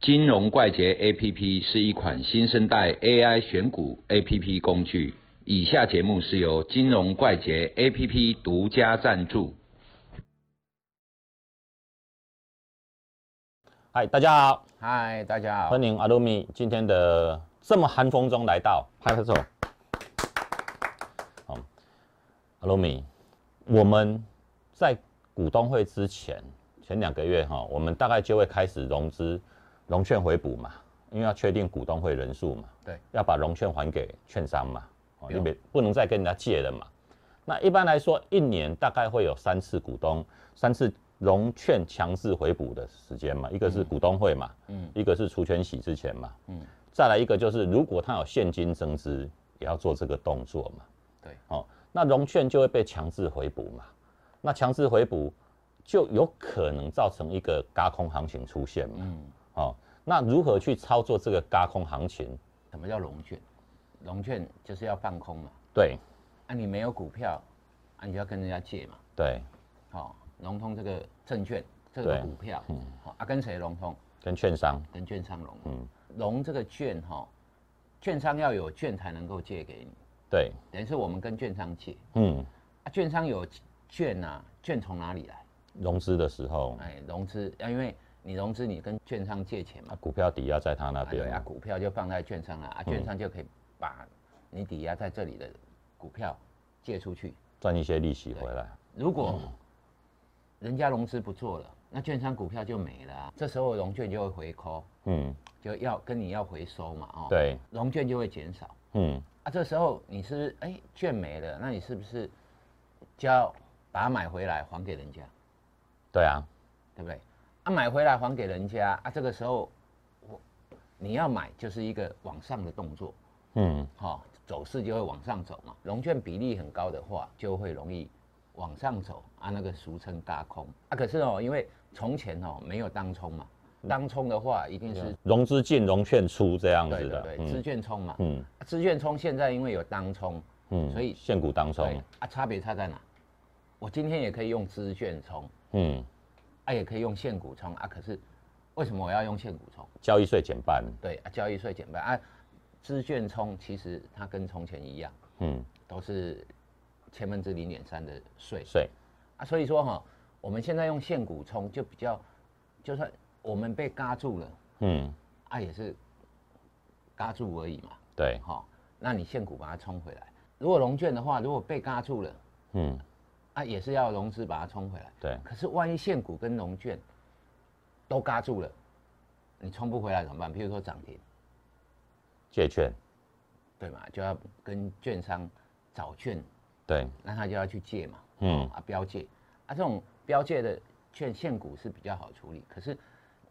金融怪杰 APP 是一款新生代 AI 选股 APP 工具。以下节目是由金融怪杰 APP 独家赞助。嗨，大家好，嗨，大家好欢。迎阿鲁米今天的这么寒风中来到，拍拍手。好，阿鲁米，我们在股东会之前前两个月哈，我们大概就会开始融资融券回补嘛，因为要确定股东会人数嘛，对，要把融券还给券商嘛，哦，对你别不能再跟人家借了嘛。那一般来说，一年大概会有三次股东三次融券强制回补的时间嘛，一个是股东会嘛，嗯一个是除权息之前嘛，嗯嗯，再来一个就是如果他有现金增资，也要做这个动作嘛，对，哦，那融券就会被强制回补嘛，那强制回补就有可能造成一个轧空行情出现嘛，嗯，哦，那如何去操作这个轧空行情？什么叫融券？融券就是要放空嘛。对啊，你没有股票，啊，你就要跟人家借嘛。对，好、融通这个证券，这个对股票，嗯，好啊，跟谁融通？跟券商，跟券商融。嗯，融这个券哈、券商要有券才能够借给你，对，等于是我们跟券商借。嗯，啊，券商有券呐、券从哪里来？融资的时候，哎，融资啊，因为你融资，你跟券商借钱那嘛，啊股票抵押在他那啊对边啊，嘛，股票就放在券商了啊，券商就可以把你抵押在这里的股票借出去。赚一些利息回来，如果人家融资不做了，那券商股票就没了、啊，这时候融券就会回扣，嗯，就要跟你要回收嘛，哦，，对，融券就会减少嗯，啊。这时候你是不是哎券没了，那你是不是就要把它买回来还给人家？对啊，对不对？啊，买回来还给人家啊，这个时候我你要买就是一个往上的动作，嗯，哈、走势就会往上走嘛。融券比例很高的话，就会容易往上走啊，那个俗称大空啊。可是哦，因为从前哦没有当冲嘛，嗯当冲的话一定是、融资进融券出这样对对子的，对，资券冲嘛，嗯啊资券冲现在因为有当冲，嗯所以现股当对冲，啊，差别差在哪？我今天也可以用资券冲，嗯，啊也可以用现股冲啊，可是为什么我要用现股冲？交易税减半，对啊，交易税减半啊，资券冲其实它跟从前一样，嗯，都是千分之零点三的税税，啊，所以说哈、我们现在用现股冲就比较，就算我们被嘎住了嗯，啊，也是嘎住而已嘛，对，哈、那你现股把它冲回来，如果融券的话，如果被嘎住了嗯，啊，也是要融资把它冲回来，对，可是万一现股跟融券都嘎住了，你冲不回来怎么办？譬如说涨停。借券，对嘛，就要跟券商找券，对，那他就要去借嘛，嗯，啊标借，啊这种标借的券现股是比较好处理，可是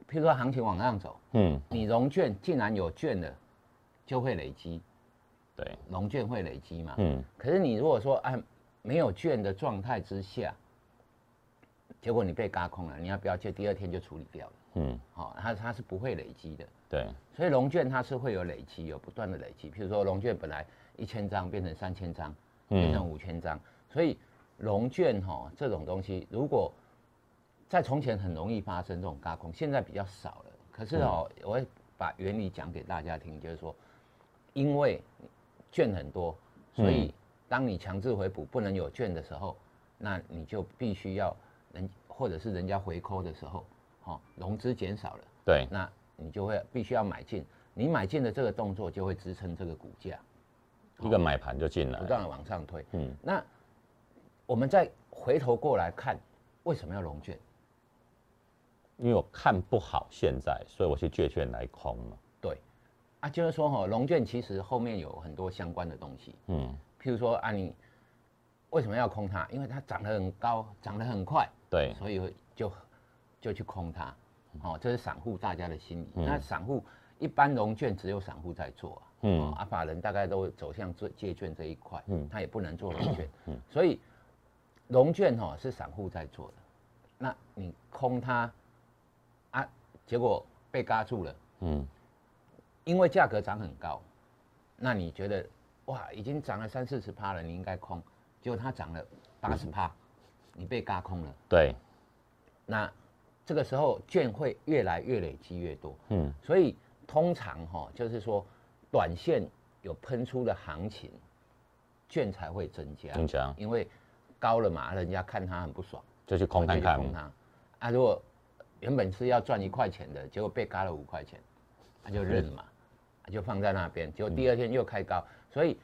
譬如说行情往上走，嗯，你融券既然有券了，就会累积，对，融券会累积嘛，嗯，可是你如果说啊没有券的状态之下，结果你被嘎空了，你要标借，第二天就处理掉了，嗯，哦，它它是不会累积的，对，所以龙券它是会有累积，有不断的累积。譬如说龙券本来一千张变成三千张，嗯变成五千张，所以龙券哈这种东西，如果在从前很容易发生这种轧空，现在比较少了。可是哦，我会把原理讲给大家听，就是说，因为券很多，所以当你强制回补不能有券的时候，那你就必须要人或者是人家回扣的时候，哦，融资减少了。对，那你就会必须要买进。你买进的这个动作就会支撑这个股价一个买盘就进不来，断的往上推。嗯，那我们再回头过来看，为什么要融券？因为我看不好现在，所以我去借券来空嘛，对，啊，就是说哈、融券其实后面有很多相关的东西，嗯，譬如说啊，你为什么要空它？因为它涨得很高，涨得很快，对，所以就就去空它。哦，这是散户大家的心理。那散户一般融券只有散户在做啊，嗯嗯，啊，法人大概都走向借借券这一块，嗯嗯，他也不能做融券，所以融券哈、是散户在做的。那你空它啊，结果被嘎住了，嗯，因为价格涨很高，那你觉得哇，已经涨了三四十趴了，你应该空，结果它涨了八十趴，你被嘎空了。对，那这个时候券会越来越累积越多。嗯，所以通常哈、就是说短线有喷出的行情，券才会增加，增加因为高了嘛，人家看它很不爽，就去空看就去看空它。啊，如果原本是要赚一块钱的，结果被嘎了五块钱，他、就认嘛，啊就放在那边，结果第二天又开高，所以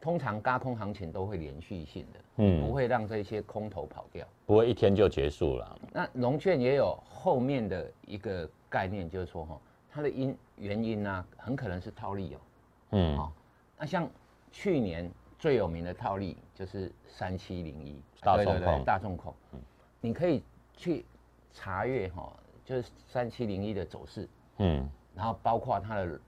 通常嘎空行情都会连续性的，嗯不会让这些空头跑掉。不会一天就结束了。那融券也有后面的一个概念，就是说哈，它的因原因呢、很可能是套利哦。嗯，哦，那像去年最有名的套利就是三七零一大对对众对控嗯大众控，你可以去查阅哈、就是三七零一的走势，嗯然后包括它的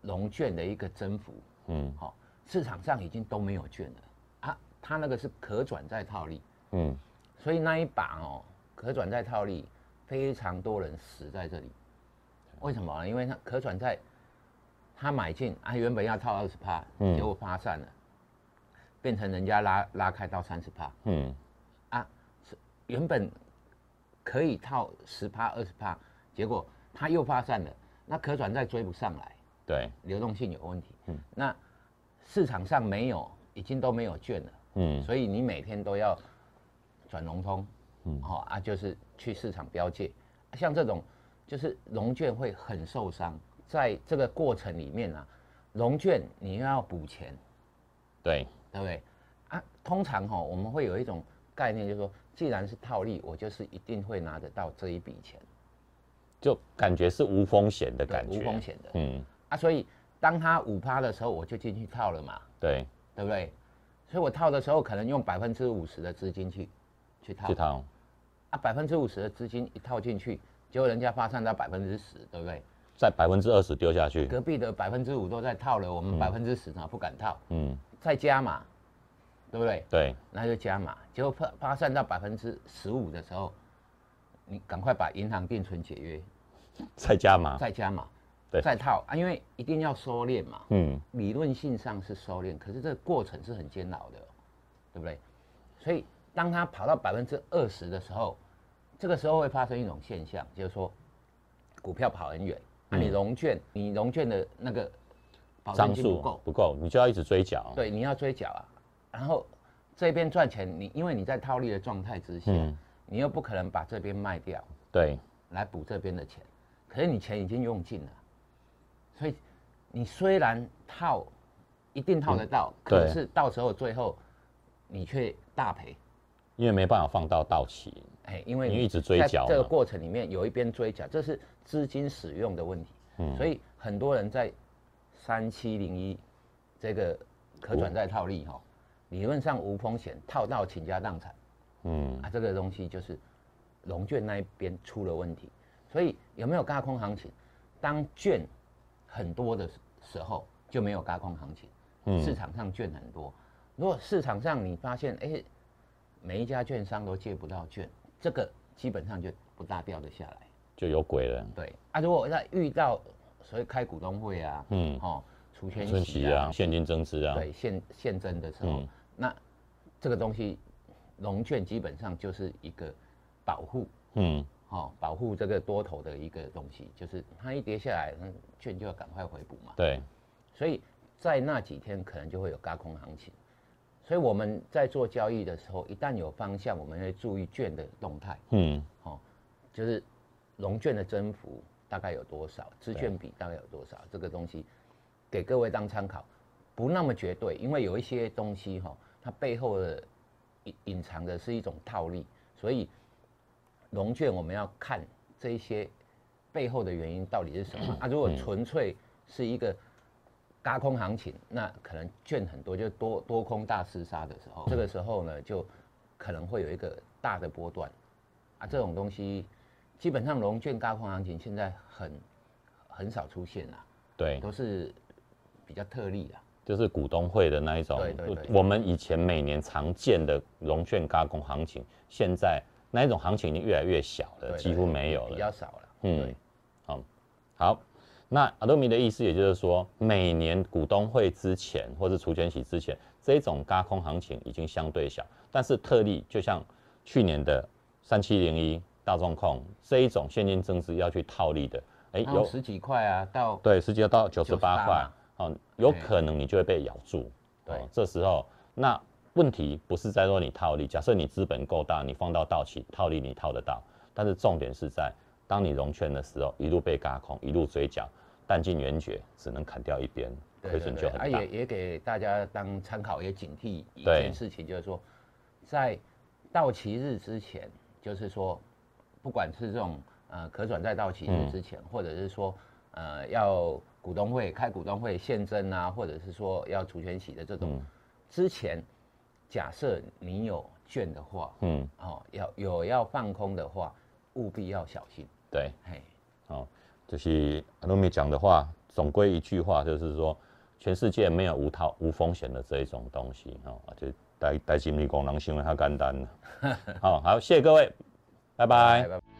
融券的一个增幅，嗯好、市场上已经都没有券了啊，它那个是可转债套利，嗯，所以那一把哦，可转债套利非常多人死在这里。为什么呢？因为他可转债，他买进啊，原本要套二十趴，嗯结果发散了，变成人家拉拉开到三十趴，嗯原本可以套十趴二十趴，结果他又发散了，那可转债追不上来，对，流动性有问题。那市场上没有，已经都没有券了。嗯所以你每天都要转融通，嗯，好、啊，就是去市场标界，啊像这种就是融券会很受伤，在这个过程里面啊，融券你又要补钱，对，对不对？啊，通常哈、我们会有一种概念，就是说，既然是套利，我就是一定会拿得到这一笔钱，就感觉是无风险的对感觉，无风险的嗯，啊，所以当它五趴的时候，我就进去套了嘛，对，对不对？所以我套的时候，可能用百分之五十的资金去去套去，套，啊，百分之五十的资金一套进去，结果人家发散到百分之十，对不对？在百分之二十丢下去，隔壁的百分之五都在套了，我们百分之十呢不敢套，嗯，再加码，对不对？对， 那就加码，结果发发散到百分之十五的时候，你赶快把银行定存解约，再加码，再加码啊对，再套啊，因为一定要收敛嘛。嗯，理论性上是收敛，可是这个过程是很煎熬的，对不对？所以当它跑到百分之二十的时候，这个时候会发生一种现象，就是说股票跑很远，那、你融券，你融券的那个保证张金不数够，不够，你就要一直追缴，对，你要追缴啊。然后这边赚钱，你因为你在套利的状态之下，嗯你又不可能把这边卖掉对，来补这边的钱，可是你钱已经用尽了，所以你虽然套一定套得到，可嗯对是到时候最后你却大赔，因为没办法放到到期，哎，因为你一直追在缴这个嘛过程里面有一边追缴，这是资金使用的问题，嗯所以很多人在三七零一这个可转债套利哈、理论上无风险，套到倾家荡产。嗯，啊，这个东西就是龙券那一边出了问题，所以有没有轧空行情？当券很多的时时候就没有轧空行情，市场上券很多。如果市场上你发现，哎、每一家券商都借不到券，这个基本上就不大掉得下来。就有鬼了，对啊，如果在遇到所谓开股东会啊，嗯嗯，哦，除权春息息啊啊，，现金增资啊，对现现增的时候，嗯那这个东西融券基本上就是一个保护，嗯，哦，保护这个多头的一个东西，就是它一跌下来，那券就要赶快回补嘛。对，所以在那几天可能就会有轧空行情。所以我们在做交易的时候，一旦有方向，我们会注意券的动态，嗯，就是融券的增幅大概有多少，资券比大概有多少，这个东西给各位当参考，不那么绝对，因为有一些东西哈、它背后的隐隐藏的是一种套利，所以融券我们要看这一些背后的原因到底是什么啊。如果纯粹是一个嘎空行情，那可能券很多，就多多空大厮杀的时候，这个时候呢，就可能会有一个大的波段啊。这种东西基本上融券嘎空行情现在很很少出现啦，对，都是比较特例啦。就是股东会的那一种，对对对我们以前每年常见的融券轧工行情，现在那一种行情已经越来越小了，对呃几乎没有比了。较少了。嗯对，好，那阿多米的意思也就是说，每年股东会之前或是除权息之前，这种轧空行情已经相对小，但是特例就像去年的三七零一大众控这一种现金增资要去套利的，哎，然后有十几块啊，到对，实际到九十八98块嘛，哦，有哎可能你就会被咬住。对哦这时候那问题不是在说你套利，假设你资本够大，你放到到期套利你套得到，但是重点是在当你融券的时候，一路被嘎空，一路追缴，弹尽援绝，只能砍掉一边，对亏损就啊很大。也也给大家当参考，也警惕一对件事情，就是说，在到期日之前，就是说，不管是这种呃可转债到期日之嗯前，或者是说呃要股东会开股东会现征啊，或者是说要除权息的这种、嗯之前，假设你有券的话，嗯，哦，要有要放空的话，务必要小心，对。嘿，就是阿努米讲的话，总归一句话，就是说，全世界没有无套无风险的这一种东西哈、哦，就带带心理功能行为太简单了。好好，谢谢各位，拜拜拜拜。